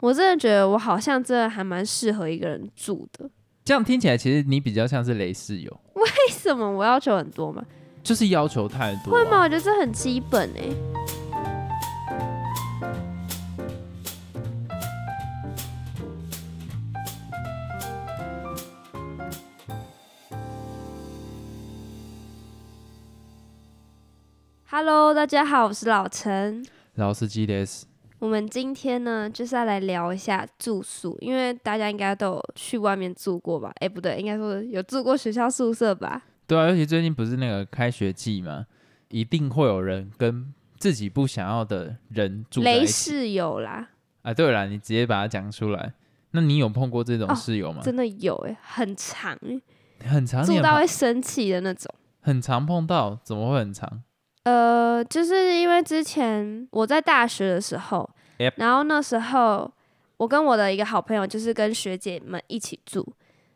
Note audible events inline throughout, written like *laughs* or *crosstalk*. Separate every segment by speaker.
Speaker 1: 我真的觉得我好像真的还蛮适合一个人住的。
Speaker 2: 这样听起来，其实你比较像是雷室友，
Speaker 1: 为什么我要求很多嘛？
Speaker 2: 就是要求太多、
Speaker 1: 会吗？
Speaker 2: 啊。
Speaker 1: 我觉得这很基本哎、Hello，大家好，我是老陈。
Speaker 2: 老司机的 S，
Speaker 1: 我们今天呢，就是要来聊一下住宿，因为大家应该都有去外面住过吧？哎、不对，应该说有住过学校宿舍吧？
Speaker 2: 对啊，尤其最近不是那个开学季嘛，一定会有人跟自己不想要的人住在
Speaker 1: 雷
Speaker 2: 一起
Speaker 1: 室友啦，
Speaker 2: 啊。对了，你直接把它讲出来。那你有碰过这种
Speaker 1: 哦
Speaker 2: 室友吗？
Speaker 1: 真的有哎、很长欸、
Speaker 2: 很常你
Speaker 1: 住
Speaker 2: 很
Speaker 1: 到
Speaker 2: 怕
Speaker 1: 会生气的那种。
Speaker 2: 很常碰到，怎么会很常？
Speaker 1: 呃，就是因为之前我在大学的时候
Speaker 2: Yep
Speaker 1: 然后那时候我跟我的一个好朋友，就是跟学姐们一起住，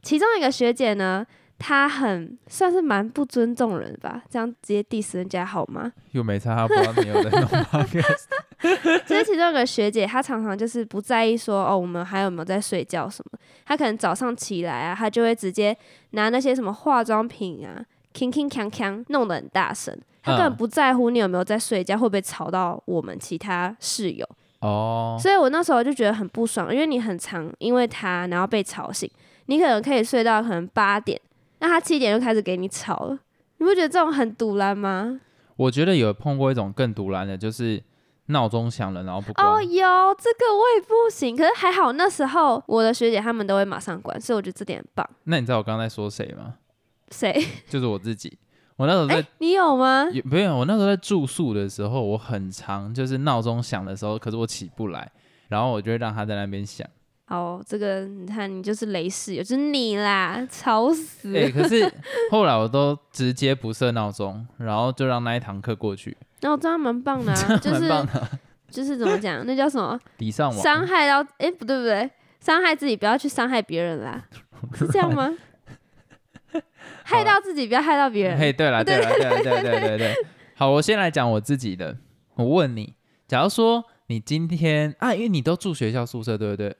Speaker 1: 其中一个学姐呢，她很算是蛮不尊重人吧，这样直接 diss 人家好吗？
Speaker 2: 又没差，他不知道你有在弄
Speaker 1: *laughs*
Speaker 2: podcast。
Speaker 1: 就是其中一个学姐，她常常就是不在意说哦，我们还有没有在睡觉什么。她可能早上起来啊，她就会直接拿那些什么化妆品啊，铿铿锵锵弄得很大声。她根本
Speaker 2: 嗯
Speaker 1: 不在乎你有没有在睡觉，会不会吵到我们其他室友。
Speaker 2: 哦，
Speaker 1: 所以我那时候就觉得很不爽，因为你很常因为她然后被吵醒，你可能可以睡到可能八点，那她七点就开始给你吵了。你不觉得这种很堵然吗？
Speaker 2: 我觉得有碰过一种更独蓝的，就是闹钟响了然后不关。
Speaker 1: 哦，有这个我也不行，可是还好那时候我的学姐她们都会马上关，所以我觉得这点很棒。
Speaker 2: 那你知道我刚才说谁吗？
Speaker 1: 谁？
Speaker 2: *laughs* 就是我自己。我那时候在
Speaker 1: 哎、你有吗？
Speaker 2: *laughs* 也没有，我那时候在住宿的时候，我很常就是闹钟响的时候，可是我起不来，然后我就会让他在那边响。
Speaker 1: 哦，这个你看，你就是雷室友，就是你啦，吵死！
Speaker 2: 哎、
Speaker 1: *laughs*
Speaker 2: 可是后来我都直接不设闹钟，然后就让那一堂课过去，
Speaker 1: 然哦后这样蛮棒的、
Speaker 2: *laughs*
Speaker 1: 啊，
Speaker 2: 蛮、
Speaker 1: 就是
Speaker 2: 棒的，
Speaker 1: 就是怎么讲，那叫什么？
Speaker 2: 礼尚往
Speaker 1: 伤害到哎、不对不对，伤害自己不要去伤害别人
Speaker 2: *laughs*
Speaker 1: 啦，是这样吗？害到自己不要害到别人。
Speaker 2: 啊嘿，对了，对了，对了，对了对了
Speaker 1: *laughs*
Speaker 2: 对对。好，我先来讲我自己的。我问你，假如说你今天啊，因为你都住学校宿舍，对不对？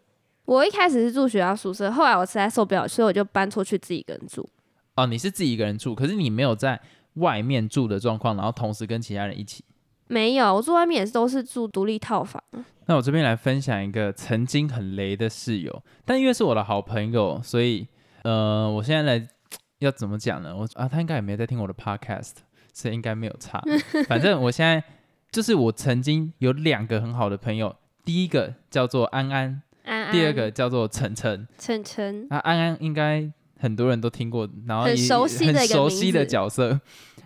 Speaker 1: 我一开始是住学校宿舍，后来我实在受不了，所以我就搬出去自己一个人住。
Speaker 2: 哦，你是自己一个人住，可是你没有在外面住的状况，然后同时跟其他人一起。
Speaker 1: 没有，我住外面也是都是住独立套房。
Speaker 2: 那我这边来分享一个曾经很雷的室友，但因为是我的好朋友，所以呃，我现在来要怎么讲呢？我啊，他应该也没在听我的 podcast，所以应该没有差。反正我现在就是我曾经有两个很好的朋友，第一个叫做安安，
Speaker 1: 安安，
Speaker 2: 第二个叫做晨晨。
Speaker 1: 晨晨，
Speaker 2: 那安安应该很多人都听过，然后
Speaker 1: 很
Speaker 2: 也
Speaker 1: 熟悉的一个
Speaker 2: 很熟
Speaker 1: 名
Speaker 2: 悉的
Speaker 1: 字
Speaker 2: 角色。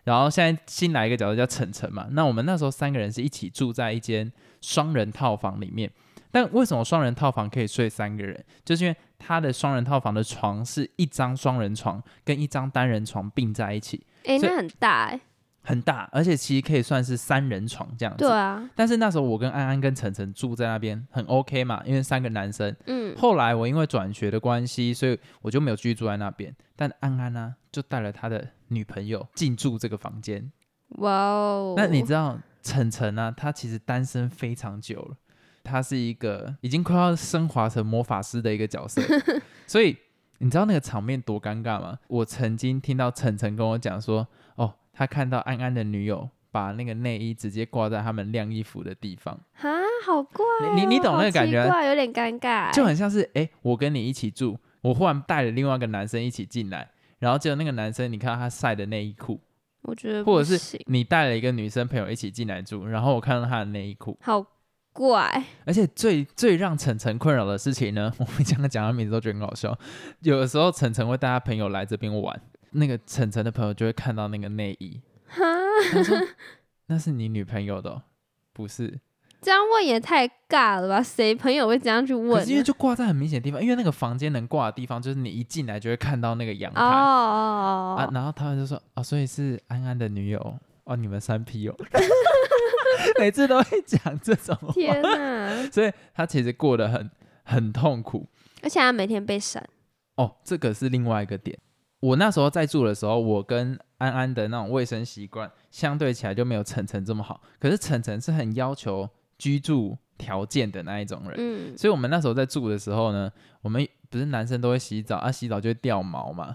Speaker 2: 然后现在新来一个角色叫晨晨嘛，那我们那时候三个人是一起住在一间双人套房里面。但为什么双人套房可以睡三个人？就是因为他的双人套房的床是一张双人床跟一张单人床并在一起，
Speaker 1: 哎、
Speaker 2: 所以
Speaker 1: 那很大哎、
Speaker 2: 很大，而且其实可以算是三人床这样子。
Speaker 1: 对啊，
Speaker 2: 但是那时候我跟安安跟晨晨住在那边很 OK 嘛，因为三个男生，
Speaker 1: 嗯，
Speaker 2: 后来我因为转学的关系，所以我就没有继续住在那边。但安安呢、就带了他的女朋友进驻这个房间。
Speaker 1: 哇哦，
Speaker 2: 那你知道晨晨呢、他其实单身非常久了，他是一个已经快要升华成魔法师的一个角色，所以你知道那个场面多尴尬吗？我曾经听到晨晨跟我讲说，哦，他看到安安的女友。把那个内衣直接挂在他们晾衣服的地方，
Speaker 1: 啊，好怪哦、
Speaker 2: 你你你懂
Speaker 1: 好
Speaker 2: 那个感觉
Speaker 1: 奇怪，有点尴尬、欸，
Speaker 2: 就很像是哎、诶我跟你一起住，我忽然带了另外一个男生一起进来，然后结果那个男生你看到他晒的内衣裤，
Speaker 1: 我觉得
Speaker 2: 或
Speaker 1: 不
Speaker 2: 者是
Speaker 1: 行，
Speaker 2: 你带了一个女生朋友一起进来住，然后我看到他的内衣裤，
Speaker 1: 好怪，
Speaker 2: 而且最最让晨晨困扰的事情呢，我们讲讲他名字都觉得很好笑，有的时候晨晨会带他朋友来这边玩，那个晨晨的朋友就会看到那个内
Speaker 1: *laughs*
Speaker 2: 衣，
Speaker 1: 哈，
Speaker 2: 他说那是你女朋友的哦、不是，
Speaker 1: 这样问也太尬了吧？谁朋友会这样去问
Speaker 2: 可
Speaker 1: 啊？
Speaker 2: 是因为就挂在很明显的地方，因为那个房间能挂的地方，就是你一进来就会看到那个阳
Speaker 1: 哦
Speaker 2: 台，
Speaker 1: 哦，
Speaker 2: 啊
Speaker 1: 哦，
Speaker 2: 然后他们就说啊、所以是安安的女友哦，你们三 P 哦， *laughs* 每次都会讲这种话，
Speaker 1: 天哪！
Speaker 2: 所以他其实过得很很痛苦
Speaker 1: 而且他每天被闪，
Speaker 2: 哦。这个是另外一个点。我那时候在住的时候，我跟安安的那种卫生习惯相对起来就没有晨晨这么好，可是晨晨是很要求居住条件的那一种人。
Speaker 1: 嗯，
Speaker 2: 所以我们那时候在住的时候呢，我们不是男生都会洗澡啊，洗澡就会掉毛嘛，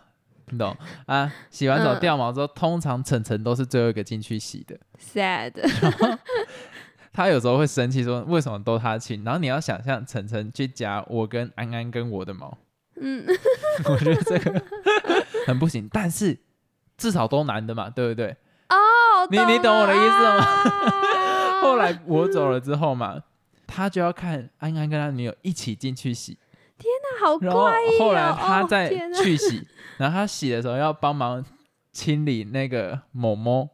Speaker 2: 你懂啊？洗完澡
Speaker 1: 嗯
Speaker 2: 掉毛之后，通常晨晨都是最后一个进去洗的。
Speaker 1: sad， *laughs*
Speaker 2: 他有时候会生气说，为什么都他清？然后你要想象晨晨去夹我跟安安跟我的毛，
Speaker 1: 嗯，
Speaker 2: 我觉得这个 *laughs* 很不行。但是至少都男的嘛，对不对？
Speaker 1: 哦，
Speaker 2: 你你懂我的意思吗
Speaker 1: 吗
Speaker 2: 后来我走了之后嘛，他就要看安安跟他女友一起进去洗，
Speaker 1: 那好怪
Speaker 2: *laughs* 然后
Speaker 1: 异哦，
Speaker 2: 后来他
Speaker 1: 哦
Speaker 2: 再
Speaker 1: 天哪
Speaker 2: 去洗，然后他洗的时候要帮忙清理那个某某，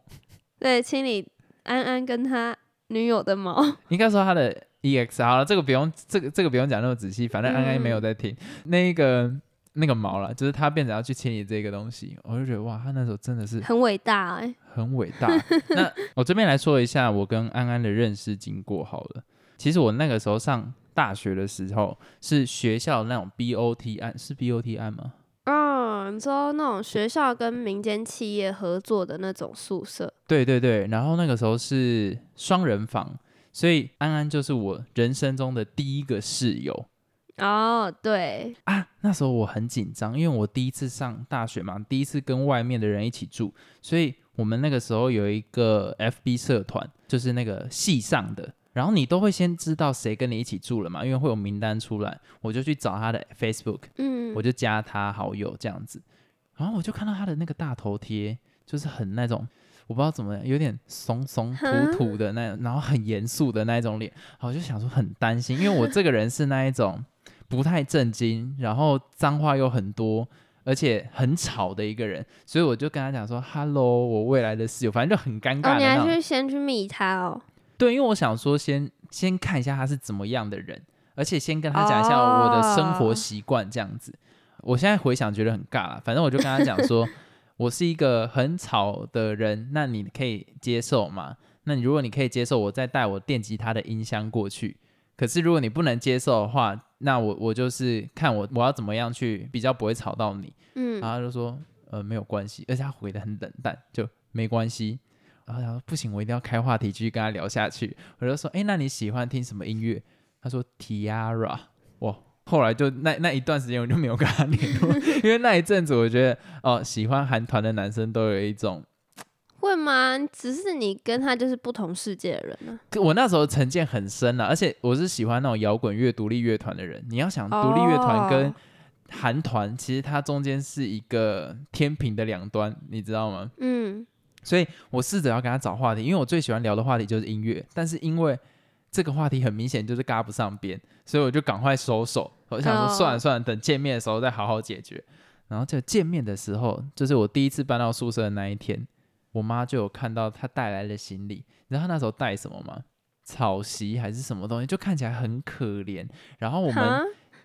Speaker 1: 对清理安安跟他女友的毛，
Speaker 2: *laughs* 应该说他的 EX 好了，这个不用，这个这个不用讲那么仔细，反正安安
Speaker 1: 嗯
Speaker 2: 没有在听、那个那个毛了，就是他变成要去清理这个东西，我就觉得哇，他那时候真的是
Speaker 1: 很伟大哎、
Speaker 2: 很伟
Speaker 1: *laughs*
Speaker 2: 大。那我这边来说一下我跟安安的认识经过好了。其实我那个时候上大学的时候，是学校那种 BOT 案，是 BOT 案吗？
Speaker 1: 嗯，你说那种学校跟民间企业合作的那种宿舍，
Speaker 2: 对对对，然后那个时候是双人房，所以安安就是我人生中的第一个室友
Speaker 1: 哦，对，
Speaker 2: 啊。那时候我很紧张，因为我第一次上大学嘛，第一次跟外面的人一起住，所以我们那个时候有一个 FB 社团，就是那个系上的。然后你都会先知道谁跟你一起住了嘛，因为会有名单出来，我就去找他的 Facebook，
Speaker 1: 嗯，
Speaker 2: 我就加他好友这样子，然后我就看到他的那个大头贴，就是很那种我不知道怎么样，有点怂怂土土的那种，然后很严肃的那一种脸，然后我就想说很担心，因为我这个人是那一种不太正经，然后脏话又很多。而且很吵的一个人，所以我就跟他讲说：“Hello，我未来的室友，反正就很尴
Speaker 1: 哦，
Speaker 2: 尬的
Speaker 1: 你
Speaker 2: 那
Speaker 1: 还
Speaker 2: 种。
Speaker 1: 去先去密他哦，
Speaker 2: 对，因为我想说先先看一下他是怎么样的人，而且先跟他讲一下我的生活
Speaker 1: 哦
Speaker 2: 习惯这样子。我现在回想觉得很尬啦，反正我就跟他讲说，我是一个很吵的人，那你可以接受吗？那你如果你可以接受，我再带我电吉他的音箱过去。可是如果你不能接受的话，那我我就是看我我要怎么样去比较不会吵到你。
Speaker 1: 嗯，
Speaker 2: 然后他就说呃没有关系，而且他回的很冷淡，就没关系。然后他说不行，我一定要开话题继续跟他聊下去。我就说哎，那你喜欢听什么音乐？他说 Tiara，哇。后来就那那一段时间我就没有跟他联络， *laughs* 因为那一阵子我觉得哦，喜欢韩团的男生都有一种，
Speaker 1: 会吗？只是你跟他就是不同世界的人啊呢、
Speaker 2: 可我那时候成见很深了、啊而且我是喜欢那种摇滚乐、独立乐团的人。你要想
Speaker 1: 哦
Speaker 2: 独立乐团跟韩团，其实它中间是一个天平的两端，你知道吗？
Speaker 1: 嗯，
Speaker 2: 所以我试着要跟他找话题，因为我最喜欢聊的话题就是音乐，但是因为这个话题很明显就是搭不上边，所以我就赶快收手。我想说
Speaker 1: 哦
Speaker 2: 算了算了，等见面的时候再好好解决。然后就见面的时候，就是我第一次搬到宿舍的那一天，我妈就有看到她带来的行李，你知道她那时候带什么吗？草席还是什么东西，就看起来很可怜。然后我们
Speaker 1: 哈，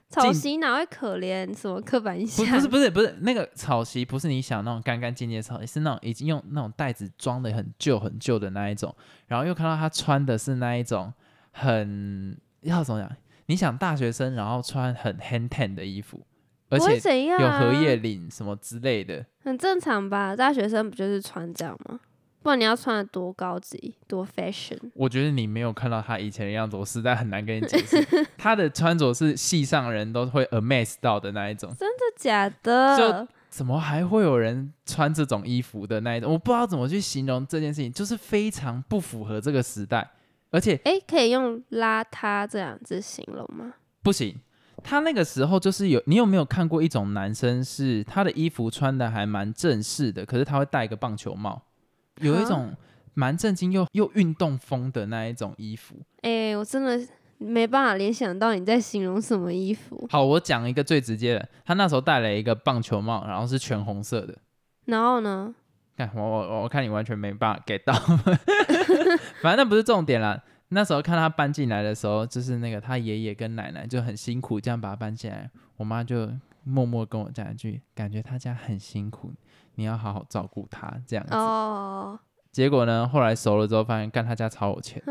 Speaker 1: 草席哪会可怜？什么刻板印
Speaker 2: 不
Speaker 1: 象？
Speaker 2: 不是不是不是那个草席，不是你想那种干干净净的草席，是那种已经用那种袋子装的很旧很旧的那一种。然后又看到他穿的是那一种很要怎么讲？你想大学生，然后穿很 hand tan 的衣服，而
Speaker 1: 不会
Speaker 2: 且
Speaker 1: 怎样、
Speaker 2: 有
Speaker 1: 啊，
Speaker 2: 荷叶领什么之类的。
Speaker 1: 很正常吧？大学生不就是穿这样吗？不然你要穿的多高级，多 fashion。
Speaker 2: 我觉得你没有看到他以前的样子，我实在很难跟你解
Speaker 1: *laughs*
Speaker 2: 释。他的穿着是系上人都会 amaze 到的那一种。
Speaker 1: 真的假的？
Speaker 2: 怎么还会有人穿这种衣服的那一种？我不知道怎么去形容这件事情，就是非常不符合这个时代，而且
Speaker 1: 哎、可以用邋遢这两字形容吗？
Speaker 2: 不行。他那个时候就是有，你有没有看过一种男生是他的衣服穿的还蛮正式的，可是他会戴一个棒球帽，有一种蛮正经又又运动风的那一种衣服。
Speaker 1: 哎、我真的没办法联想到你在形容什么衣服，
Speaker 2: 好，我讲一个最直接的，他那时候戴了一个棒球帽，然后是全红色的。
Speaker 1: 然后呢？
Speaker 2: 看我我我看你完全没办法 get 到， *laughs* 反正那不是重点啦。那时候看他搬进来的时候，就是那个他爷爷跟奶奶就很辛苦，这样把他搬进来。我妈就默默跟我讲一句，感觉他家很辛苦，你要好好照顾他这样子。
Speaker 1: 哦，
Speaker 2: 结果呢，后来熟了之后，发现干他家超
Speaker 1: *laughs*
Speaker 2: 有钱，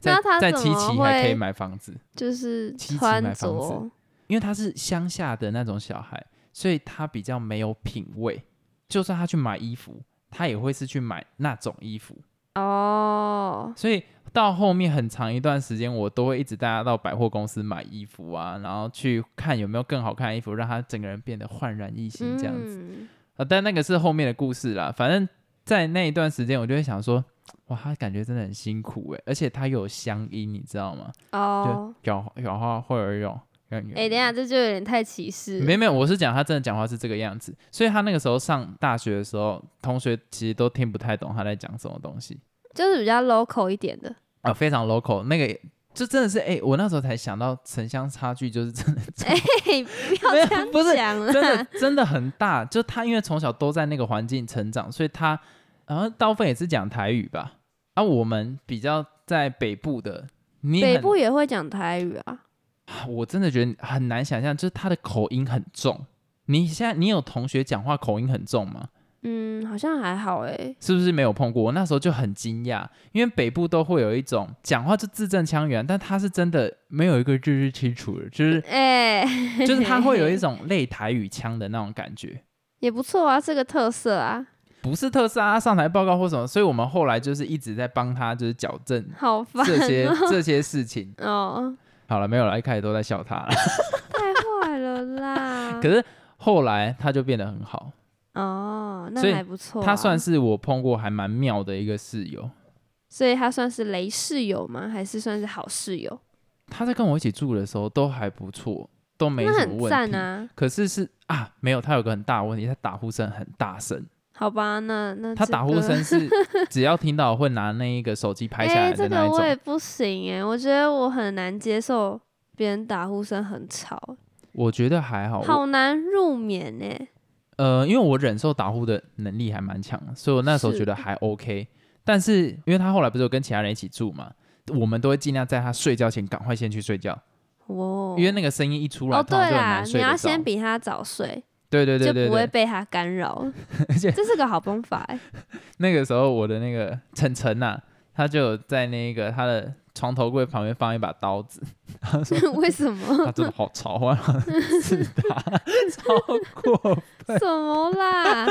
Speaker 2: 在
Speaker 1: 那他
Speaker 2: 在
Speaker 1: 怎
Speaker 2: 七
Speaker 1: 么
Speaker 2: 期还可以
Speaker 1: 会
Speaker 2: 买房子，
Speaker 1: 就是
Speaker 2: 七七买
Speaker 1: 穿
Speaker 2: 房子
Speaker 1: 着，
Speaker 2: 因为他是乡下的那种小孩，所以他比较没有品味。就算他去买衣服，他也会是去买那种衣服。
Speaker 1: 哦，
Speaker 2: 所以到后面很长一段时间，我都会一直带他到百货公司买衣服啊，然后去看有没有更好看的衣服，让他整个人变得焕然一新这样子。
Speaker 1: 嗯
Speaker 2: 啊，但那个是后面的故事啦。反正，在那一段时间，我就会想说，哇，他感觉真的很辛苦欸诶，而且他有乡音，你知道吗？
Speaker 1: 哦
Speaker 2: 就，讲讲话会有一种感觉。
Speaker 1: 哎、等一下这就有点太歧视了。
Speaker 2: 没没有，我是讲他真的讲话是这个样子，所以他那个时候上大学的时候，同学其实都听不太懂他在讲什么东西
Speaker 1: 就是比较 local 一点的。
Speaker 2: 啊、非常 local。那个就真的是哎、我那时候才想到城乡差距就是真的 *laughs*
Speaker 1: 哎、 *laughs* 不
Speaker 2: 没
Speaker 1: 要
Speaker 2: 有
Speaker 1: 这样
Speaker 2: 不是
Speaker 1: 讲了。
Speaker 2: 真的真的很大。就他因为从小都在那个环境成长，所以他然后大部分也是讲台语吧。啊，我们比较在北部的，你
Speaker 1: 北
Speaker 2: 很
Speaker 1: 部也会讲台语啊，
Speaker 2: 我真的觉得很难想象，就是他的口音很重。你现在你有同学讲话口音很重吗？
Speaker 1: 嗯，好像还好哎、
Speaker 2: 是不是没有碰过？我那时候就很惊讶，因为北部都会有一种讲话就字正腔圆，但他是真的没有一个字是清楚的，就是
Speaker 1: 哎、 *laughs*
Speaker 2: 就是他会有一种类台语腔的那种感觉，
Speaker 1: 也不错啊，这个特色啊，
Speaker 2: 不是特斯拉上台报告或什么，所以我们后来就是一直在帮他就是矫
Speaker 1: *laughs*
Speaker 2: 正
Speaker 1: 好烦
Speaker 2: 这些 *laughs* 这些事情。
Speaker 1: 哦，
Speaker 2: 好了，没有了，一开始都在笑他了，
Speaker 1: 太坏了啦
Speaker 2: 可。是后来他就变得很好，
Speaker 1: 哦，那
Speaker 2: 所以
Speaker 1: 还不错啊、
Speaker 2: 他算是我碰过还蛮妙的一个室友。
Speaker 1: 所以他算是雷室友吗？还是算是好室友？
Speaker 2: 他在跟我一起住的时候都还不错，都没
Speaker 1: 那
Speaker 2: 什么
Speaker 1: 很
Speaker 2: 问
Speaker 1: 赞
Speaker 2: 题。
Speaker 1: 啊，
Speaker 2: 可是是啊，没有，他有个很大的问题，他打呼声很大声，
Speaker 1: 好吧，那那
Speaker 2: 他
Speaker 1: 这
Speaker 2: 打呼
Speaker 1: 个
Speaker 2: 声是
Speaker 1: *laughs*
Speaker 2: 只要听到会拿那一个手机拍下
Speaker 1: 哎、
Speaker 2: 来的
Speaker 1: 这
Speaker 2: 那
Speaker 1: 个
Speaker 2: 一种。
Speaker 1: 我也不行哎、我觉得我很难接受别人打呼声很吵，
Speaker 2: 我觉得还好，哦我
Speaker 1: 好难入眠哎、
Speaker 2: 呃，因为我忍受打呼的能力还蛮强的，所以我那时候
Speaker 1: 是
Speaker 2: 觉得还 OK。但是因为他后来不是有跟其他人一起住嘛，我们都会尽量在他睡觉前赶快先去睡觉，
Speaker 1: 哦，
Speaker 2: 因为那个声音一出来，
Speaker 1: 哦
Speaker 2: 通
Speaker 1: 对
Speaker 2: 常就很
Speaker 1: 啦
Speaker 2: 难，睡
Speaker 1: 你
Speaker 2: 得
Speaker 1: 要
Speaker 2: 着。
Speaker 1: 先比他早睡，
Speaker 2: 对对对
Speaker 1: 就
Speaker 2: 对
Speaker 1: 不会
Speaker 2: 对，
Speaker 1: 被他干扰，
Speaker 2: *laughs* 而且
Speaker 1: 这是个好方法哎、
Speaker 2: 那个时候我的那个晨晨呐、他就有在那个他的床头柜旁边放一把刀子，他 *laughs* 说
Speaker 1: 为什么？
Speaker 2: *laughs* 他真的好吵啊，是他超过
Speaker 1: 什么啦？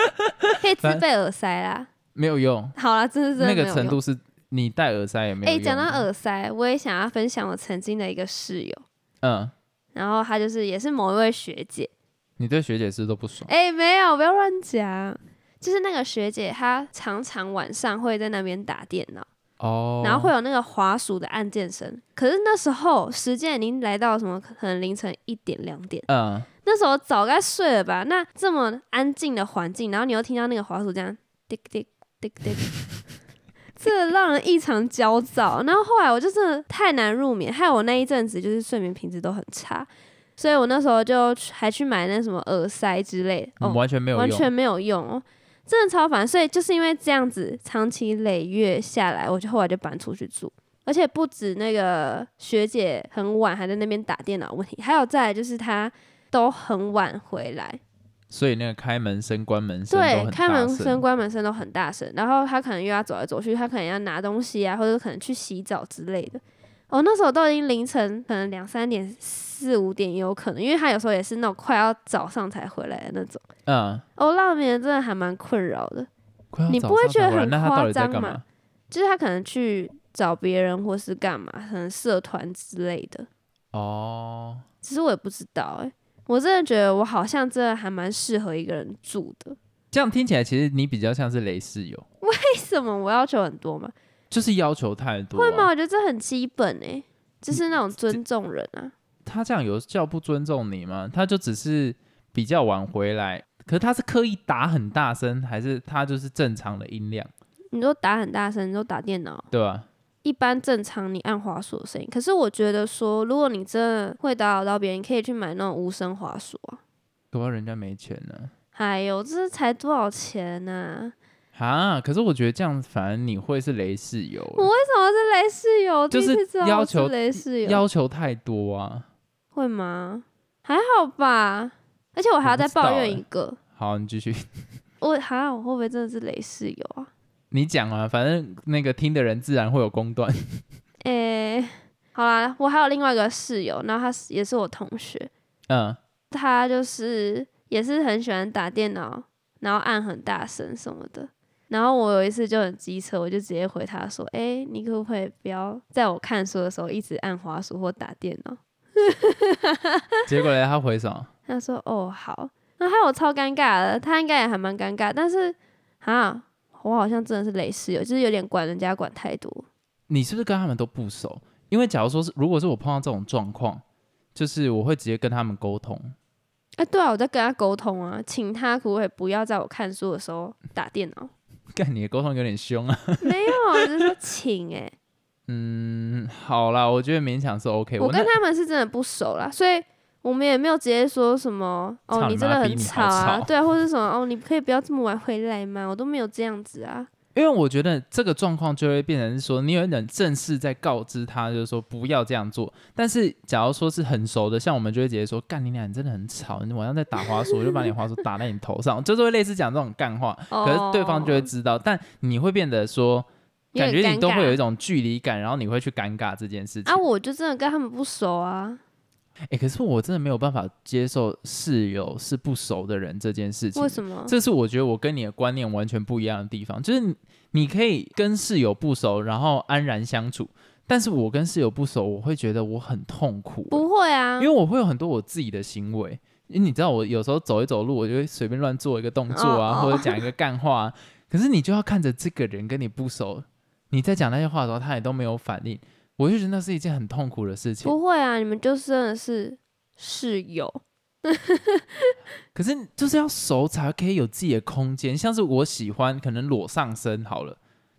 Speaker 1: 可以自备耳塞啦。
Speaker 2: 没有用，
Speaker 1: 好啦，真的真的
Speaker 2: 那
Speaker 1: 没
Speaker 2: 个
Speaker 1: 有
Speaker 2: 程
Speaker 1: 用。
Speaker 2: 度是你戴耳塞也没有
Speaker 1: 哎、
Speaker 2: 用。啊
Speaker 1: 讲到，耳塞，我也想要分享我曾经的一个室友，
Speaker 2: 嗯，
Speaker 1: 然后她就是也是某一位学姐，
Speaker 2: 你对学姐是不是都不爽，
Speaker 1: 哎、没有，不要乱讲。就是那个学姐，她常常晚上会在那边打电脑，
Speaker 2: 哦，
Speaker 1: 然后会有那个滑鼠的按键声。可是那时候时间已经来到什么，可能凌晨一点两点，
Speaker 2: 嗯，
Speaker 1: 那时候早该睡了吧？那这么安静的环境，然后你又听到那个滑鼠这样滴滴滴滴， *laughs* 这让人异常焦躁。然后后来我就真的太难入眠，害我那一阵子就是睡眠品质都很差，所以我那时候就去还去买那什么耳塞之类的，哦，
Speaker 2: 完全没有用，
Speaker 1: 完全没有用哦。真的超烦，所以就是因为这样子，长期累月下来，我就后来就搬出去住，而且不止那个学姐很晚还在那边打电脑的问题，还有再来就是她都很晚回来，
Speaker 2: 所以那个开门声、关门声都
Speaker 1: 对
Speaker 2: 很，
Speaker 1: 开
Speaker 2: 大
Speaker 1: 门声、关门声都很大声，然后她可能又要走来走去，她可能要拿东西啊，或者可能去洗澡之类的。哦，那时候都已经凌晨，可能两三点、四五点也有可能，因为她有时候也是那种快要早上才回来的那种。
Speaker 2: 嗯，
Speaker 1: 哦，让别人真的还蛮困扰的。
Speaker 2: 快要
Speaker 1: 你
Speaker 2: 早
Speaker 1: 不会
Speaker 2: 上
Speaker 1: 觉得
Speaker 2: 才回来
Speaker 1: 很
Speaker 2: 那他到底在
Speaker 1: 夸张
Speaker 2: 干
Speaker 1: 吗
Speaker 2: 嘛？
Speaker 1: 就是他可能去找别人或是干嘛，可能社团之类的。
Speaker 2: 哦，
Speaker 1: 其实我也不知道哎、我真的觉得我好像真的还蛮适合一个人住的。 *laughs*
Speaker 2: 这样听起来其实你比较像是雷室友，
Speaker 1: 为什么我要求很多嘛？
Speaker 2: 就是要求太多、啊。
Speaker 1: 会吗？我觉得这很基本哎、就是那种尊重人啊。
Speaker 2: 他这样有叫不尊重你吗？他就只是比较晚回来，可是他是刻意打很大声，还是他就是正常的音量，
Speaker 1: 你说打很大声，你说打电脑，
Speaker 2: 对吧、
Speaker 1: 一般正常你按滑鼠的声音。可是我觉得说，如果你真的会打扰到别人，你可以去买那种无声滑鼠啊。
Speaker 2: 搞不好人家没钱呢、
Speaker 1: 哎呦，这才多少钱呐、
Speaker 2: 啊。可是我觉得这样，反而你会是雷室友欸、
Speaker 1: 我为什么是雷室友？
Speaker 2: 就是
Speaker 1: 第一次知道
Speaker 2: 要
Speaker 1: 我是
Speaker 2: 求
Speaker 1: 雷室友， *laughs*
Speaker 2: 要求太多啊。
Speaker 1: 会吗？还好吧，而且我还要再抱怨一个，
Speaker 2: 好，你继续，
Speaker 1: 我还好，我会不会真的是雷室友啊？
Speaker 2: 你讲啊，反正那个听的人自然会有公断。 *laughs*
Speaker 1: 诶、好啦，我还有另外一个室友，然后他是也是我同学，
Speaker 2: 嗯，
Speaker 1: 他就是也是很喜欢打电脑，然后按很大声什么的。然后我有一次就很机车，我就直接回他说：“哎、你可不可以不要在我看书的时候一直按滑鼠或打电脑
Speaker 2: 结果嘞，他回什么？？”
Speaker 1: 他说：“哦，好。”那害我超尴尬的，他应该也还蛮尴尬，但是啊，我好像真的是雷室友，就是有点管人家管太多。
Speaker 2: 你是不是跟他们都不熟？因为假如说是，如果是我碰到这种状况，就是我会直接跟他们沟通。 *laughs*
Speaker 1: 哎、对啊，我在跟他沟通啊，请他可不可以不要在我看书的时候打电脑？
Speaker 2: 干，你的沟通有点凶啊。 *laughs*
Speaker 1: 没有，我就是说请哎、
Speaker 2: 嗯，好啦，我觉得勉强是 OK
Speaker 1: 我
Speaker 2: 那
Speaker 1: 跟他们是真的不熟啦，所以我们也没有直接说什么
Speaker 2: 操
Speaker 1: 哦，
Speaker 2: 你
Speaker 1: 真
Speaker 2: 妈
Speaker 1: 的
Speaker 2: 逼
Speaker 1: 很
Speaker 2: 你好
Speaker 1: 啊，
Speaker 2: 吵
Speaker 1: 对啊，或者什么哦，你可以不要这么晚回来吗？我都没有这样子啊，
Speaker 2: 因为我觉得这个状况就会变成是说，你有点正式在告知他，就是说不要这样做。但是假如说是很熟的，像我们就会直接说，干你俩你真的很吵，你晚上在打滑鼠，我就把你滑鼠打在你头上， *laughs* 就是会类似讲这种干话。
Speaker 1: 哦，
Speaker 2: 可是对方就会知道，但你会变得说，
Speaker 1: 有
Speaker 2: 感
Speaker 1: 点
Speaker 2: 觉你
Speaker 1: 尴
Speaker 2: 都会有一
Speaker 1: 尬
Speaker 2: 种距离感，然后你会去尴尬这件事
Speaker 1: 啊，
Speaker 2: 情。哎、
Speaker 1: 我就真的跟他们不熟啊，
Speaker 2: 可是我真的没有办法接受室友是不熟的人这件事情。
Speaker 1: 为什么？
Speaker 2: 这是我觉得我跟你的观念完全不一样的地方，就是你你可以跟室友不熟，然后安然相处，但是我跟室友不熟，我会觉得我很痛苦，
Speaker 1: 不会啊
Speaker 2: 因为，我会有很多我自己的行为。因为你知道，我有时候走一走路，我就会随便乱做一个动作啊，
Speaker 1: 哦哦
Speaker 2: 或者讲一个干话、啊。可是你就要看着这个人跟你不熟，你在讲那些话的时候，他也都没有反应，我就觉得那是一件很痛苦的事情。
Speaker 1: 不会啊，你们就真的是室友，
Speaker 2: 可是就是要熟才可以有自己的空间。像是我喜欢可能裸上身好了，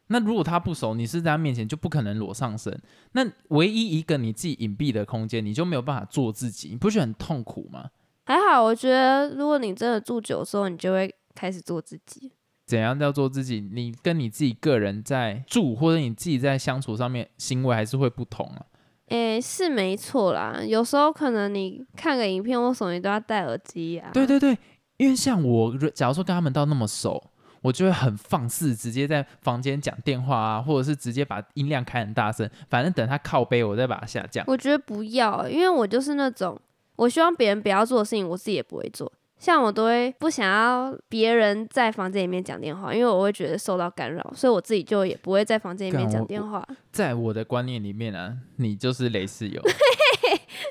Speaker 2: 那如果他不熟，你是在他面前就不可能裸上身。那唯一一个你自己隐蔽的空间，你就没有办法做自己，你不觉得很痛苦吗？
Speaker 1: 还好，我觉得如果你真的住久之后，你就会开始做自己。
Speaker 2: 怎样叫做自己？你跟你自己个人在住，或者你自己在相处上面，行为还是会不同啊。
Speaker 1: 诶、是没错啦。有时候可能你看个影片或什么，你都要戴耳机啊。
Speaker 2: 对对对，因为像我，如假如说跟他们到那么熟，我就会很放肆，直接在房间讲电话啊，或者是直接把音量开很大声，反正等他靠背，我再把它下降。
Speaker 1: 我觉得不要，因为我就是那种我希望别人不要做的事情，我自己也不会做。像我都会不想要别人在房间里面讲电话，因为我会觉得受到干扰，所以我自己就也不会在房间里面
Speaker 2: 干
Speaker 1: 讲
Speaker 2: 我
Speaker 1: 电话。
Speaker 2: 在我的观念里面啊，你就是雷室
Speaker 1: *laughs*
Speaker 2: 友，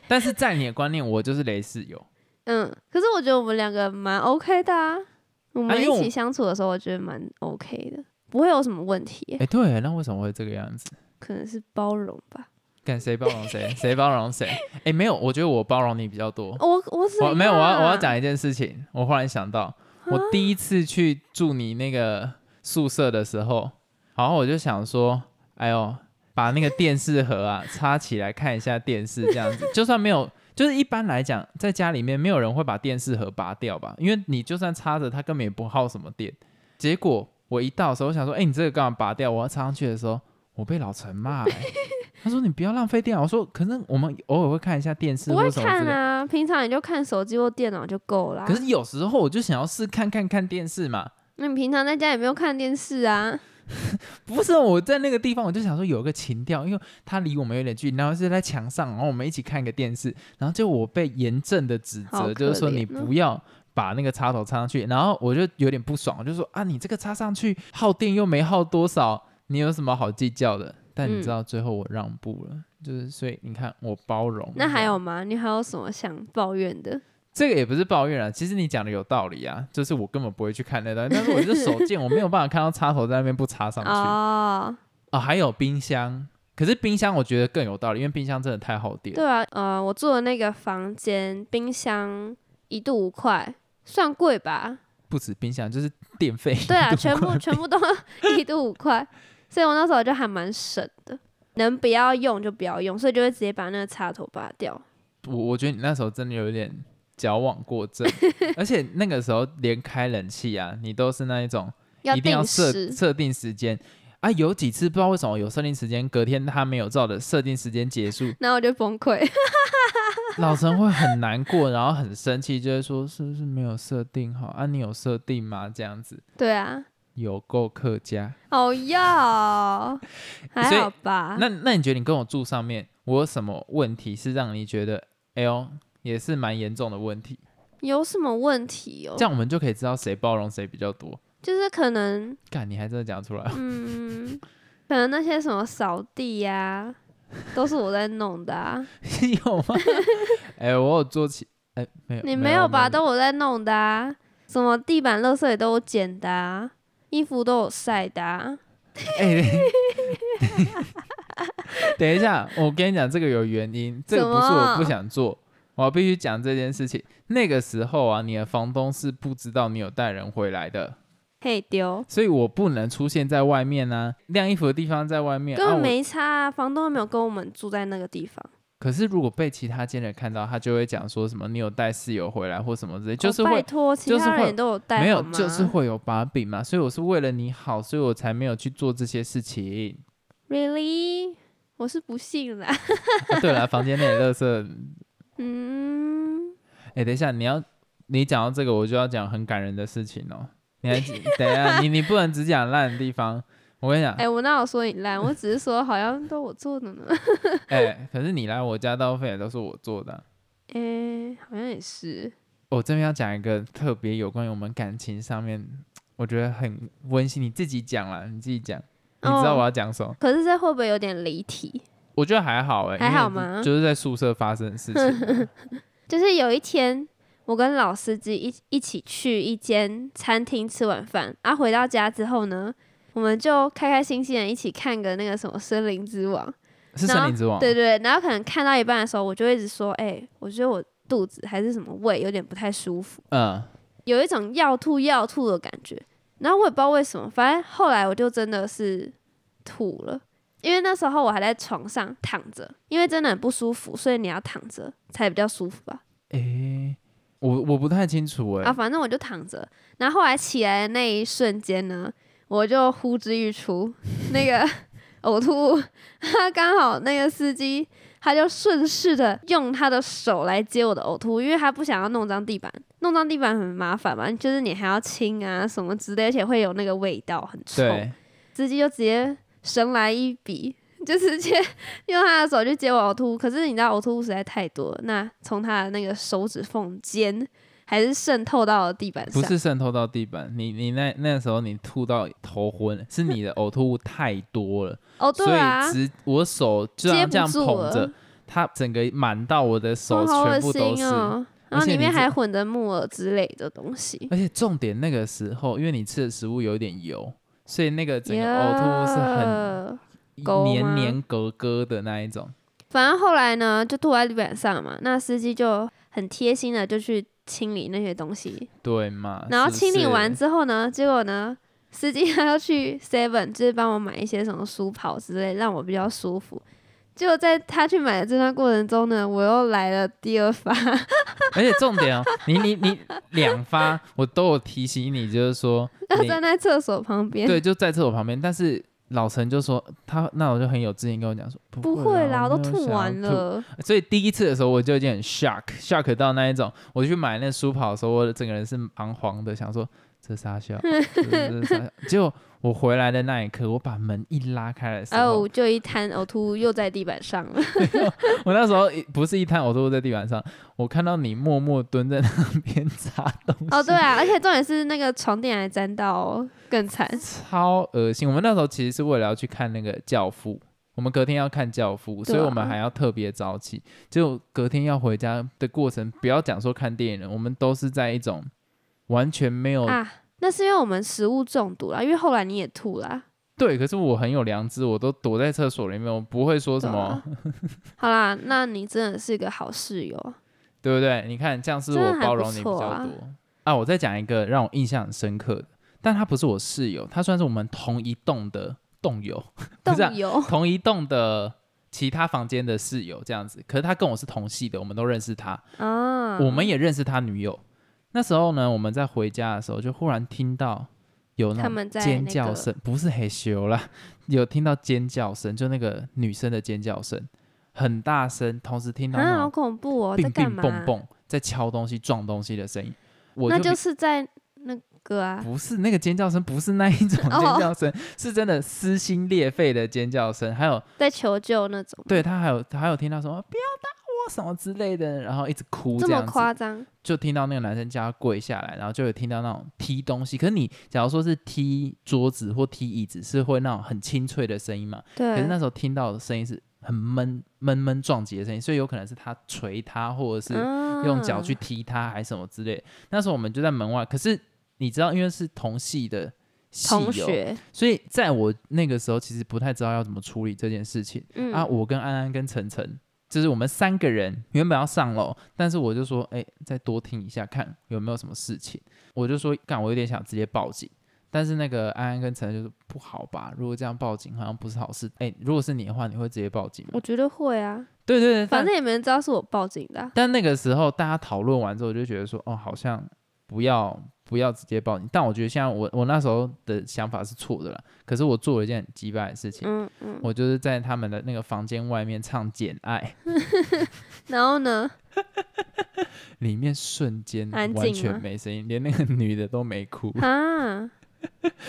Speaker 2: 但是在你的观念，我就是雷室友。
Speaker 1: 嗯，可是我觉得我们两个蛮 OK 的啊，我
Speaker 2: 啊
Speaker 1: 们
Speaker 2: 因为
Speaker 1: 一
Speaker 2: 我
Speaker 1: 起相处的时候，我觉得蛮 OK 的，不会有什么问题耶、
Speaker 2: 哎，对，那为什么会这个样子？
Speaker 1: 可能是包容吧。
Speaker 2: 看谁包容谁，谁包容谁。哎，没有，我觉得我包容你比较多。
Speaker 1: 我我是
Speaker 2: 哦
Speaker 1: 啊
Speaker 2: 我没有，我要我要讲一件事情，我忽然想到，我第一次去住你那个宿舍的时候，然后我就想说，哎呦，把那个电视盒啊 *laughs* 插起来看一下电视，这样子，就算没有。就是一般来讲，在家里面没有人会把电视盒拔掉吧，因为你就算插着，它根本也不耗什么电。结果我一到的时候，我想说，哎、你这个干嘛拔掉？我要插上去的时候，我被老陈骂、
Speaker 1: *laughs*
Speaker 2: 欸，他说你不要浪费电脑。我说，可是我们偶尔会看一下电视
Speaker 1: 不
Speaker 2: 或
Speaker 1: 会
Speaker 2: 什么之类
Speaker 1: 看
Speaker 2: 的。
Speaker 1: 啊，平常你就看手机或电脑就够啦。
Speaker 2: 可是有时候我就想要试看看看电视嘛，
Speaker 1: 那你平常在家也没有看电视啊？
Speaker 2: 不是哦我在那个地方，我就想说有一个情调，因为它离我们有点距离，然后是在墙上，然后我们一起看个电视，然后就我被严正的指
Speaker 1: 好
Speaker 2: 责，
Speaker 1: 可
Speaker 2: 就是说
Speaker 1: 怜
Speaker 2: 你
Speaker 1: 哦
Speaker 2: 不要把那个插头插上去，然后我就有点不爽，我就说啊，你这个插上去耗电又没耗多少，你有什么好计较的？但
Speaker 1: 嗯
Speaker 2: 你知道最后我让步了，就是所以你看我包容。
Speaker 1: 那还
Speaker 2: 这样
Speaker 1: 有吗？你还有什么想抱怨的？
Speaker 2: 这个也不是抱怨啊，其实你讲的有道理啊，就是我根本不会去看那东西，但是我就是手
Speaker 1: *laughs*
Speaker 2: 贱，我没有办法看到插头在那边不插上去啊、
Speaker 1: 哦，
Speaker 2: 还有冰箱，可是冰箱我觉得更有道理，因为冰箱真的太耗电。
Speaker 1: 对啊，呃，我住的那个房间冰箱一度五块，算贵吧？
Speaker 2: 不止冰箱，就是电费。
Speaker 1: 对
Speaker 2: *laughs*
Speaker 1: 啊，全部全部都 *laughs* 一度五块，所以我那时候就还蛮省的，能不要用就不要用，所以就会直接把那个插头拔掉。
Speaker 2: 我我觉得你那时候真的有点矫枉
Speaker 1: *laughs*
Speaker 2: 过正，而且那个时候连开冷气啊，你都是那一种
Speaker 1: 要
Speaker 2: 一定要
Speaker 1: 定
Speaker 2: 设
Speaker 1: 时，
Speaker 2: 设定时间啊。有几次不知道为什么有设定时间，隔天他没有照的设定时间结束，
Speaker 1: 然后我就崩溃。 *laughs*
Speaker 2: 老陈会很难过，然后很生气，就会说是不是没有设定好啊？你有设定吗？这样子
Speaker 1: 对啊，
Speaker 2: 有够客家。
Speaker 1: 好要，哦
Speaker 2: 所
Speaker 1: 还
Speaker 2: 以
Speaker 1: 好吧？
Speaker 2: 那那你觉得你跟我住上面，我有什么问题是让你觉得，哎呦，也是蛮严重的问题？
Speaker 1: 有什么问题哦
Speaker 2: 这？样我们就可以知道谁包容谁比较多。
Speaker 1: 就是可能，
Speaker 2: 干，你还真的讲出来了，
Speaker 1: 嗯，可能那些什么扫地呀、都是我在弄的啊。
Speaker 2: *laughs*
Speaker 1: *laughs*
Speaker 2: 有吗？哎、我有做起，哎、 *laughs* 没有，
Speaker 1: 你
Speaker 2: 没
Speaker 1: 没有吧？
Speaker 2: 没
Speaker 1: 都我在弄的啊。什么地板、垃圾也都我捡的啊，衣服都有晒的啊。
Speaker 2: *laughs* 哎、
Speaker 1: *laughs*
Speaker 2: 等一下，我跟你讲，这个有原因，这个不是我不想做，我必须讲这件事情。那个时候啊，你的房东是不知道你有带人回来的，
Speaker 1: 嘿丢，
Speaker 2: 所以我不能出现在外面啊，晾衣服的地方在外面。
Speaker 1: 根
Speaker 2: 啊
Speaker 1: 本
Speaker 2: 我
Speaker 1: 没差啊！房东又没有跟我们住在那个地方，
Speaker 2: 可是如果被其他间人看到，他就会讲说什么你有带室友回来或什么之类，就
Speaker 1: 哦
Speaker 2: 是
Speaker 1: 拜
Speaker 2: 会。
Speaker 1: 托，其
Speaker 2: 就是
Speaker 1: 他人
Speaker 2: 会
Speaker 1: 也都有带
Speaker 2: 没有
Speaker 1: 好，吗
Speaker 2: 就是会有把柄嘛，所以我是为了你好，所以我才没有去做这些事情。
Speaker 1: really，我是不信啦。
Speaker 2: 啊、对了，房间内的垃圾
Speaker 1: 嗯，
Speaker 2: 哎、等一下，你要你讲到这个，我就要讲很感人的事情哦。你还记等一下，你你不能只讲烂的地方。我跟你讲，
Speaker 1: 哎、
Speaker 2: 哎、
Speaker 1: 我哪有说你烂，我只是说好像都我做的呢。 *laughs*
Speaker 2: 哎可是你来我家大部分也都是我做的啊。
Speaker 1: 哎、好像也是。
Speaker 2: 我这边要讲一个特别有关于我们感情上面，我觉得很温馨。你自己讲啦，你自己讲。你知道
Speaker 1: 哦
Speaker 2: 我要讲什么？
Speaker 1: 可是这会不会有点离题？
Speaker 2: 我觉得还好哎、因
Speaker 1: 还
Speaker 2: 为
Speaker 1: 好
Speaker 2: 就
Speaker 1: 吗
Speaker 2: 就是在宿舍发生的事
Speaker 1: *laughs*
Speaker 2: 情啊。
Speaker 1: 就是有一天，我跟老司机一一起去一间餐厅吃晚饭，啊，回到家之后呢，我们就开开心心的一起看个那个什么《森林之王》
Speaker 2: 是
Speaker 1: 然后
Speaker 2: 森林之王，
Speaker 1: 对对对，然后可能看到一半的时候，我就会一直说，哎、我觉得我肚子还是什么胃有点不太舒服，
Speaker 2: 嗯，
Speaker 1: 有一种要吐要吐的感觉。然后我也不知道为什么，反正后来我就真的是吐了，因为那时候我还在床上躺着，因为真的很不舒服，所以你要躺着才比较舒服吧。
Speaker 2: 哎、我我不太清楚哎、
Speaker 1: 啊，反正我就躺着。然后后来起来的那一瞬间呢，我就呼之欲出，那个 *laughs* 呕吐物， *laughs* 他刚好那个司机他就顺势的用他的手来接我的呕吐物，因为他不想要弄脏地板，弄脏地板很麻烦嘛，就是你还要清啊什么之类，而且会有那个味道很臭。
Speaker 2: 对，
Speaker 1: 司机就直接神来一笔， *laughs* 就直接用他的手去接我呕吐物。可是你知道呕吐物实在太多了，那从他的那个手指缝间还是渗透到了地板
Speaker 2: 不
Speaker 1: 上。
Speaker 2: 是渗透到地板，你你那那时候你吐到头昏，是你的呕吐物太多了，
Speaker 1: 哦，
Speaker 2: 所
Speaker 1: *laughs* 对啊
Speaker 2: 以，直我手就这
Speaker 1: 接
Speaker 2: 样
Speaker 1: 不
Speaker 2: 这样
Speaker 1: 住
Speaker 2: 捧着
Speaker 1: 了，
Speaker 2: 它整个满到我的手
Speaker 1: 哦好恶
Speaker 2: 全部都
Speaker 1: 心
Speaker 2: 是。
Speaker 1: 哦。
Speaker 2: 而
Speaker 1: 然后
Speaker 2: 且
Speaker 1: 里
Speaker 2: 你
Speaker 1: 面
Speaker 2: 这
Speaker 1: 还混着木耳之类的东西，
Speaker 2: 而且重点那个时候，因为你吃的食物有点油，所以那个整个呕吐物是很
Speaker 1: 呀勾
Speaker 2: 黏
Speaker 1: 吗
Speaker 2: 黏格格的那一种。
Speaker 1: 反正后来呢，就吐在地板上嘛。那司机就很贴心的就去清理那些东西，
Speaker 2: 对嘛？
Speaker 1: 然后
Speaker 2: 啊是不
Speaker 1: 清理完
Speaker 2: 是
Speaker 1: 之后呢，结果呢，司机 *laughs* 他要去 Seven，就是帮我买一些什么舒跑之类，让我比较舒服。结果在他去买的这段过程中呢，我又来了第二发，
Speaker 2: 而且重
Speaker 1: *laughs*
Speaker 2: 点哦，你你你两发我都有提醒你，就是说
Speaker 1: 要
Speaker 2: 你
Speaker 1: 站在厕所旁边。
Speaker 2: 对，就在厕所旁边。但是老陈就说他，那我就很有自信跟我讲说，
Speaker 1: 不
Speaker 2: 会
Speaker 1: 会啦，我
Speaker 2: 啊我
Speaker 1: 都
Speaker 2: 没有
Speaker 1: 吐
Speaker 2: 想要
Speaker 1: 完。了。
Speaker 2: 所以第一次的时候我就已经很 shock shock 到那一种，我去买那书跑的时候，我整个人是彷徨的，想说这傻笑，
Speaker 1: *laughs*
Speaker 2: 这这傻笑。结果我回来的那一刻，我把门一拉开的时候
Speaker 1: 哦，，就一滩呕吐物又在地板上
Speaker 2: *laughs*
Speaker 1: 了。
Speaker 2: 我那时候不是一滩呕吐物在地板上，我看到你默默蹲在那边 *laughs* 擦东西。
Speaker 1: 哦，对啊，而且重点是那个床垫还沾到、哦，更惨。
Speaker 2: 超恶呃心。我们那时候其实是为了要去看那个《教父》，我们隔天要看《教父》，所以
Speaker 1: 对啊
Speaker 2: 我们还要特别早起。就隔天要回家的过程，不要讲说看电影了，我们都是在一种完全没有、
Speaker 1: 啊，那是因为我们食物中毒啦，因为后来你也吐啦。
Speaker 2: 对。可是我很有良知，我都躲在厕所里面，我不会说什么，
Speaker 1: 对啊好啦，那你真的是个好室友。
Speaker 2: *laughs* 对不对？你看，这样是不是
Speaker 1: 啊真的
Speaker 2: 我
Speaker 1: 还
Speaker 2: 包
Speaker 1: 不
Speaker 2: 容你比较
Speaker 1: 错
Speaker 2: 多
Speaker 1: 啊
Speaker 2: 啊。我再讲一个让我印象很深刻的，但他不是我室友，他算是我们同一栋的栋友。不
Speaker 1: 动
Speaker 2: 是啊 *laughs*
Speaker 1: *laughs* 油
Speaker 2: 同一栋的其他房间的室友这样子，可是他跟我是同系的，我们都认识他，
Speaker 1: 啊，
Speaker 2: 我们也认识他女友。那时候呢，我们在回家的时候，就忽然听到有那
Speaker 1: 他
Speaker 2: 种
Speaker 1: 们在
Speaker 2: 尖
Speaker 1: 那
Speaker 2: 叫
Speaker 1: 个
Speaker 2: 声，不是嘿咻啦，有听到尖叫声，就那个女生的尖叫声，很大声，同时听到
Speaker 1: 啊，
Speaker 2: 那
Speaker 1: 好
Speaker 2: 种
Speaker 1: 恐怖哦，在
Speaker 2: 乒
Speaker 1: 干
Speaker 2: 乒
Speaker 1: 嘛？
Speaker 2: 蹦蹦在敲东西、撞东西的声音。我
Speaker 1: 那
Speaker 2: 就
Speaker 1: 就
Speaker 2: 比
Speaker 1: 是在那个啊，
Speaker 2: 不是那个尖叫声，不是那一种
Speaker 1: *laughs*
Speaker 2: 尖
Speaker 1: 哦
Speaker 2: 叫声，是真的撕心裂肺的尖叫声，还有
Speaker 1: 在求救那种。
Speaker 2: 对他还有他还有听到什么不要什么之类的，然后一直哭
Speaker 1: 这么
Speaker 2: 样子，
Speaker 1: 夸张？
Speaker 2: 就听到那个男生叫他跪下来，然后就有听到那种踢东西。可是你假如说是踢桌子或踢椅子，是会那种很清脆的声音嘛？可是
Speaker 1: 对
Speaker 2: 那，时候听到的声音是很闷闷闷撞击的声音，所以有可能是他捶他，或者是用脚去
Speaker 1: 啊
Speaker 2: 踢他，还是什么之类的。那时候我们就在门外，可是你知道，因为是同系的系
Speaker 1: 同
Speaker 2: 友，
Speaker 1: 学，
Speaker 2: 所以在我那个时候其实不太知道要怎么处理这件事情。
Speaker 1: 嗯
Speaker 2: 啊，我跟安安跟晨晨，就是我们三个人原本要上楼，但是我就说，哎、再多听一下，看有没有什么事情。我就说，干，我有点想直接报警，但是那个安安跟晨晨就说不好吧，如果这样报警好像不是好事。哎、如果是你的话，你会直接报警吗
Speaker 1: 我？觉得会啊，
Speaker 2: 对对对，
Speaker 1: 反
Speaker 2: 但
Speaker 1: 正也没人知道是我报警的啊、
Speaker 2: 但那个时候大家讨论完之后，我就觉得说，哦，好像不要不要直接报警。但我觉得现在我我那时候的想法是错的啦，可是我做了一件很鸡巴的事情。
Speaker 1: 嗯嗯，
Speaker 2: 我就是在他们的那个房间外面唱《简爱》，
Speaker 1: 然后呢？
Speaker 2: 里面瞬间
Speaker 1: 安
Speaker 2: 完
Speaker 1: 静
Speaker 2: 全
Speaker 1: 吗
Speaker 2: 没声音，连那个女的都没哭， *laughs*
Speaker 1: 啊，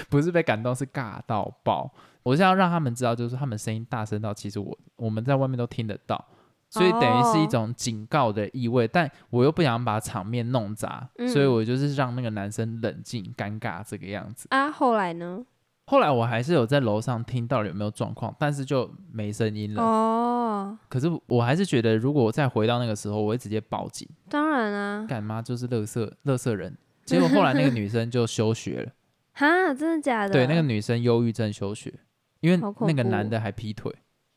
Speaker 2: 不是被感动，是尬到爆。我是要让他们知道，就是他们声音大声到，其实我我们在外面都听得到，所以等于是一
Speaker 1: 哦
Speaker 2: 种警告的意味。但我又不想把场面弄砸，所以
Speaker 1: 嗯
Speaker 2: 我就是让那个男生冷静、尴尬这个样子。
Speaker 1: 啊，后来呢？
Speaker 2: 后来我还是有在楼上听到有没有状况，但是就没声音了。
Speaker 1: 哦，
Speaker 2: 可是我还是觉得，如果我再回到那个时候，我会直接报警。
Speaker 1: 当然啊，
Speaker 2: 干妈就是乐色乐色人。结果后来那个女生就休学
Speaker 1: *laughs*
Speaker 2: 了，
Speaker 1: 哈，啊真的假的？
Speaker 2: 对，那个女生忧郁症休学，因为
Speaker 1: 好恐
Speaker 2: 那个
Speaker 1: 怖
Speaker 2: 男的还劈腿，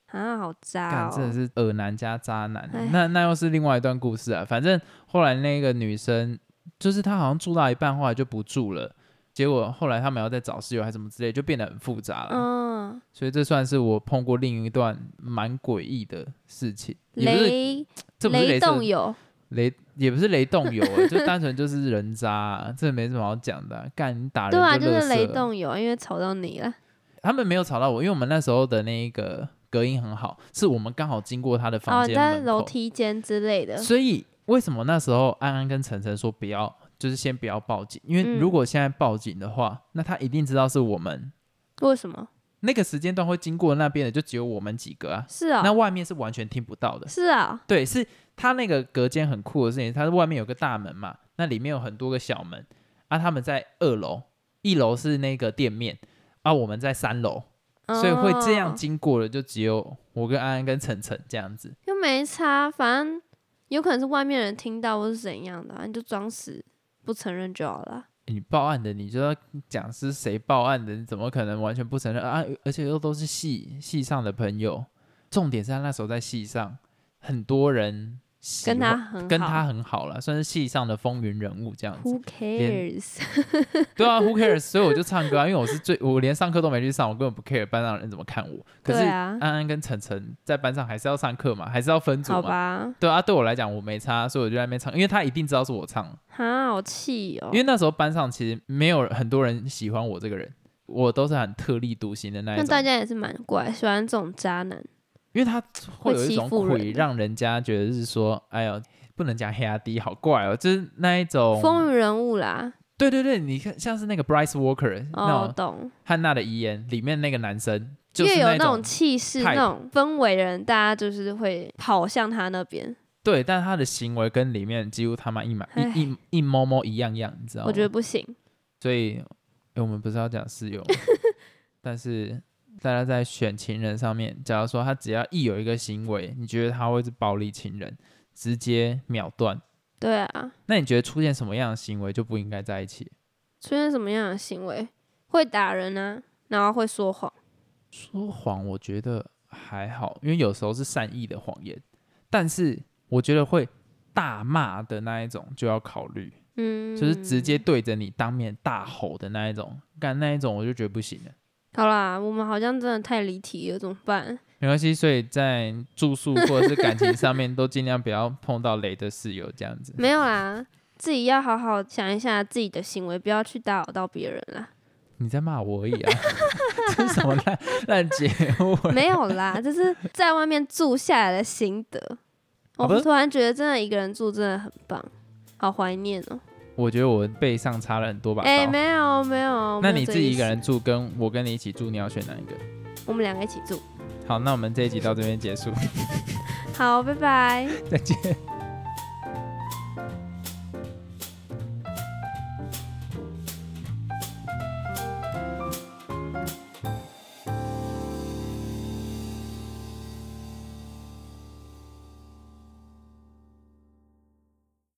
Speaker 1: 啊，好渣
Speaker 2: 干真的
Speaker 1: 哦，
Speaker 2: 是恶男加渣男
Speaker 1: 哎。
Speaker 2: 那那又是另外一段故事啊。反正后来那个女生就是她好像住到一半，后来就不住了。结果后来他们要再找室友还是什么之类，就变得很复杂了。
Speaker 1: 嗯，
Speaker 2: 所以这算是我碰过另一段蛮诡异的事情，也不是
Speaker 1: 雷
Speaker 2: 这不是雷啊
Speaker 1: 动友，
Speaker 2: 雷也不是雷动友啊，就单纯就是人渣、啊，这没什么好讲的啊、干你打人
Speaker 1: 对啊，
Speaker 2: 就
Speaker 1: 就
Speaker 2: 垃
Speaker 1: 是雷
Speaker 2: 圾
Speaker 1: 动友，因为吵到你了，
Speaker 2: 他们没有吵到我，因为我们那时候的那一个隔音很好，是我们刚好经过他的
Speaker 1: 哦，
Speaker 2: 房
Speaker 1: 你
Speaker 2: 间、
Speaker 1: 在楼，梯间之类的，
Speaker 2: 所以为什么那时候安安跟晨晨说不要，就是先不要报警，因为
Speaker 1: 嗯
Speaker 2: 如果现在报警的话，那他一定知道是我们
Speaker 1: 为什么？
Speaker 2: 那个时间段会经过那边的，就只有我们几个啊，
Speaker 1: 是啊
Speaker 2: 那，外面是完全听不到的。
Speaker 1: 是啊，
Speaker 2: 对，是它那个隔间很酷的事情，它是外面有个大门嘛，那里面有很多个小门啊。他们在二楼，一楼是那个店面啊，我们在三楼，所以会这样
Speaker 1: 哦，
Speaker 2: 经过的就只有我跟安安跟晨晨这样子。
Speaker 1: 又没差，反正有可能是外面人听到或是怎样的啊，你就装死不承认就好了。
Speaker 2: 你报案的，你就要讲是谁报案的，你怎么可能完全不承认啊？而且又都是系系上的朋友，重点是他那时候在系上，很多人喜
Speaker 1: 跟他
Speaker 2: 欢
Speaker 1: 很好，
Speaker 2: 跟他很好了，算是系上的风云人物这样子。
Speaker 1: Who cares？
Speaker 2: 对啊，Who cares？所以我就唱歌啊，因为我是最我连上课都没去上，我根本不 care 班上人怎么看我。可是
Speaker 1: 对啊
Speaker 2: 安安跟晨晨在班上还是要上课嘛，还是要分组
Speaker 1: 好
Speaker 2: 嘛。
Speaker 1: 吧，
Speaker 2: 对啊，对我来讲我没差，所以我就在那边唱，因为他一定知道是我唱，
Speaker 1: 哦哈，好气哦
Speaker 2: 因。为那时候班上其实没有很多人喜欢我这个人，我都是很特立独行的那一
Speaker 1: 那
Speaker 2: 种。
Speaker 1: 大家也是蛮怪，喜欢这种渣男。
Speaker 2: 因为他会有一种
Speaker 1: 会欺负人
Speaker 2: 鬼，让人家觉得是说，哎呦，不能讲黑阿弟，好怪哦，就是那一种。
Speaker 1: 风云人物啦。
Speaker 2: 对对对，你看像是那个 Bryce Walker、那
Speaker 1: 哦，
Speaker 2: 种
Speaker 1: 懂。
Speaker 2: 汉娜的遗言里面那个男生，就是
Speaker 1: 越有
Speaker 2: 那种
Speaker 1: 种气势、那
Speaker 2: type
Speaker 1: 种氛围的人，大家就是会跑向他那边。
Speaker 2: 对，但他的行为跟里面几乎他妈一码
Speaker 1: 唉
Speaker 2: 一一一摸摸一样样，你知道吗？
Speaker 1: 我觉得不行。
Speaker 2: 所以、诶我们不是要讲室
Speaker 1: *laughs*
Speaker 2: 友吗，但是大家在选情人上面，假如说他只要一有一个行为，你觉得他会是暴力情人，直接秒断，
Speaker 1: 对啊，
Speaker 2: 那你觉得出现什么样的行为就不应该在一起？
Speaker 1: 出现什么样的行为会打人啊，然后会说谎。
Speaker 2: 说谎，我觉得还好，因为有时候是善意的谎言，但是我觉得会大骂的那一种就要考虑。
Speaker 1: 嗯，
Speaker 2: 就是直接对着你当面大吼的那一种，干那一种我就觉得不行了。
Speaker 1: 好啦，我们好像真的太离题了，怎么办？
Speaker 2: 没关系，所以在住宿或者是感情上面都尽量不要碰到雷的室友这样子。
Speaker 1: 没有啦，自己要好好想一下自己的行为，不要去打扰到别人
Speaker 2: *laughs*
Speaker 1: 啦。
Speaker 2: *laughs* 你在骂我而已啊， *laughs* 这是什么烂烂结尾？
Speaker 1: 没有啦，就是在外面住下来的心得。
Speaker 2: 好的
Speaker 1: 我突然觉得，真的一个人住真的很棒，好怀念哦、
Speaker 2: *laughs* 我觉得我背上插了很多把刀。
Speaker 1: 哎、没有没有，
Speaker 2: 那
Speaker 1: 没有
Speaker 2: 你
Speaker 1: 这
Speaker 2: 自己一
Speaker 1: 意
Speaker 2: 个
Speaker 1: 思，
Speaker 2: 人住，跟我跟你一起住，你要选哪一个？
Speaker 1: 我们两个一起住。
Speaker 2: 好，那我们这一集到这边结束。
Speaker 3: 好，拜拜。
Speaker 1: 再见。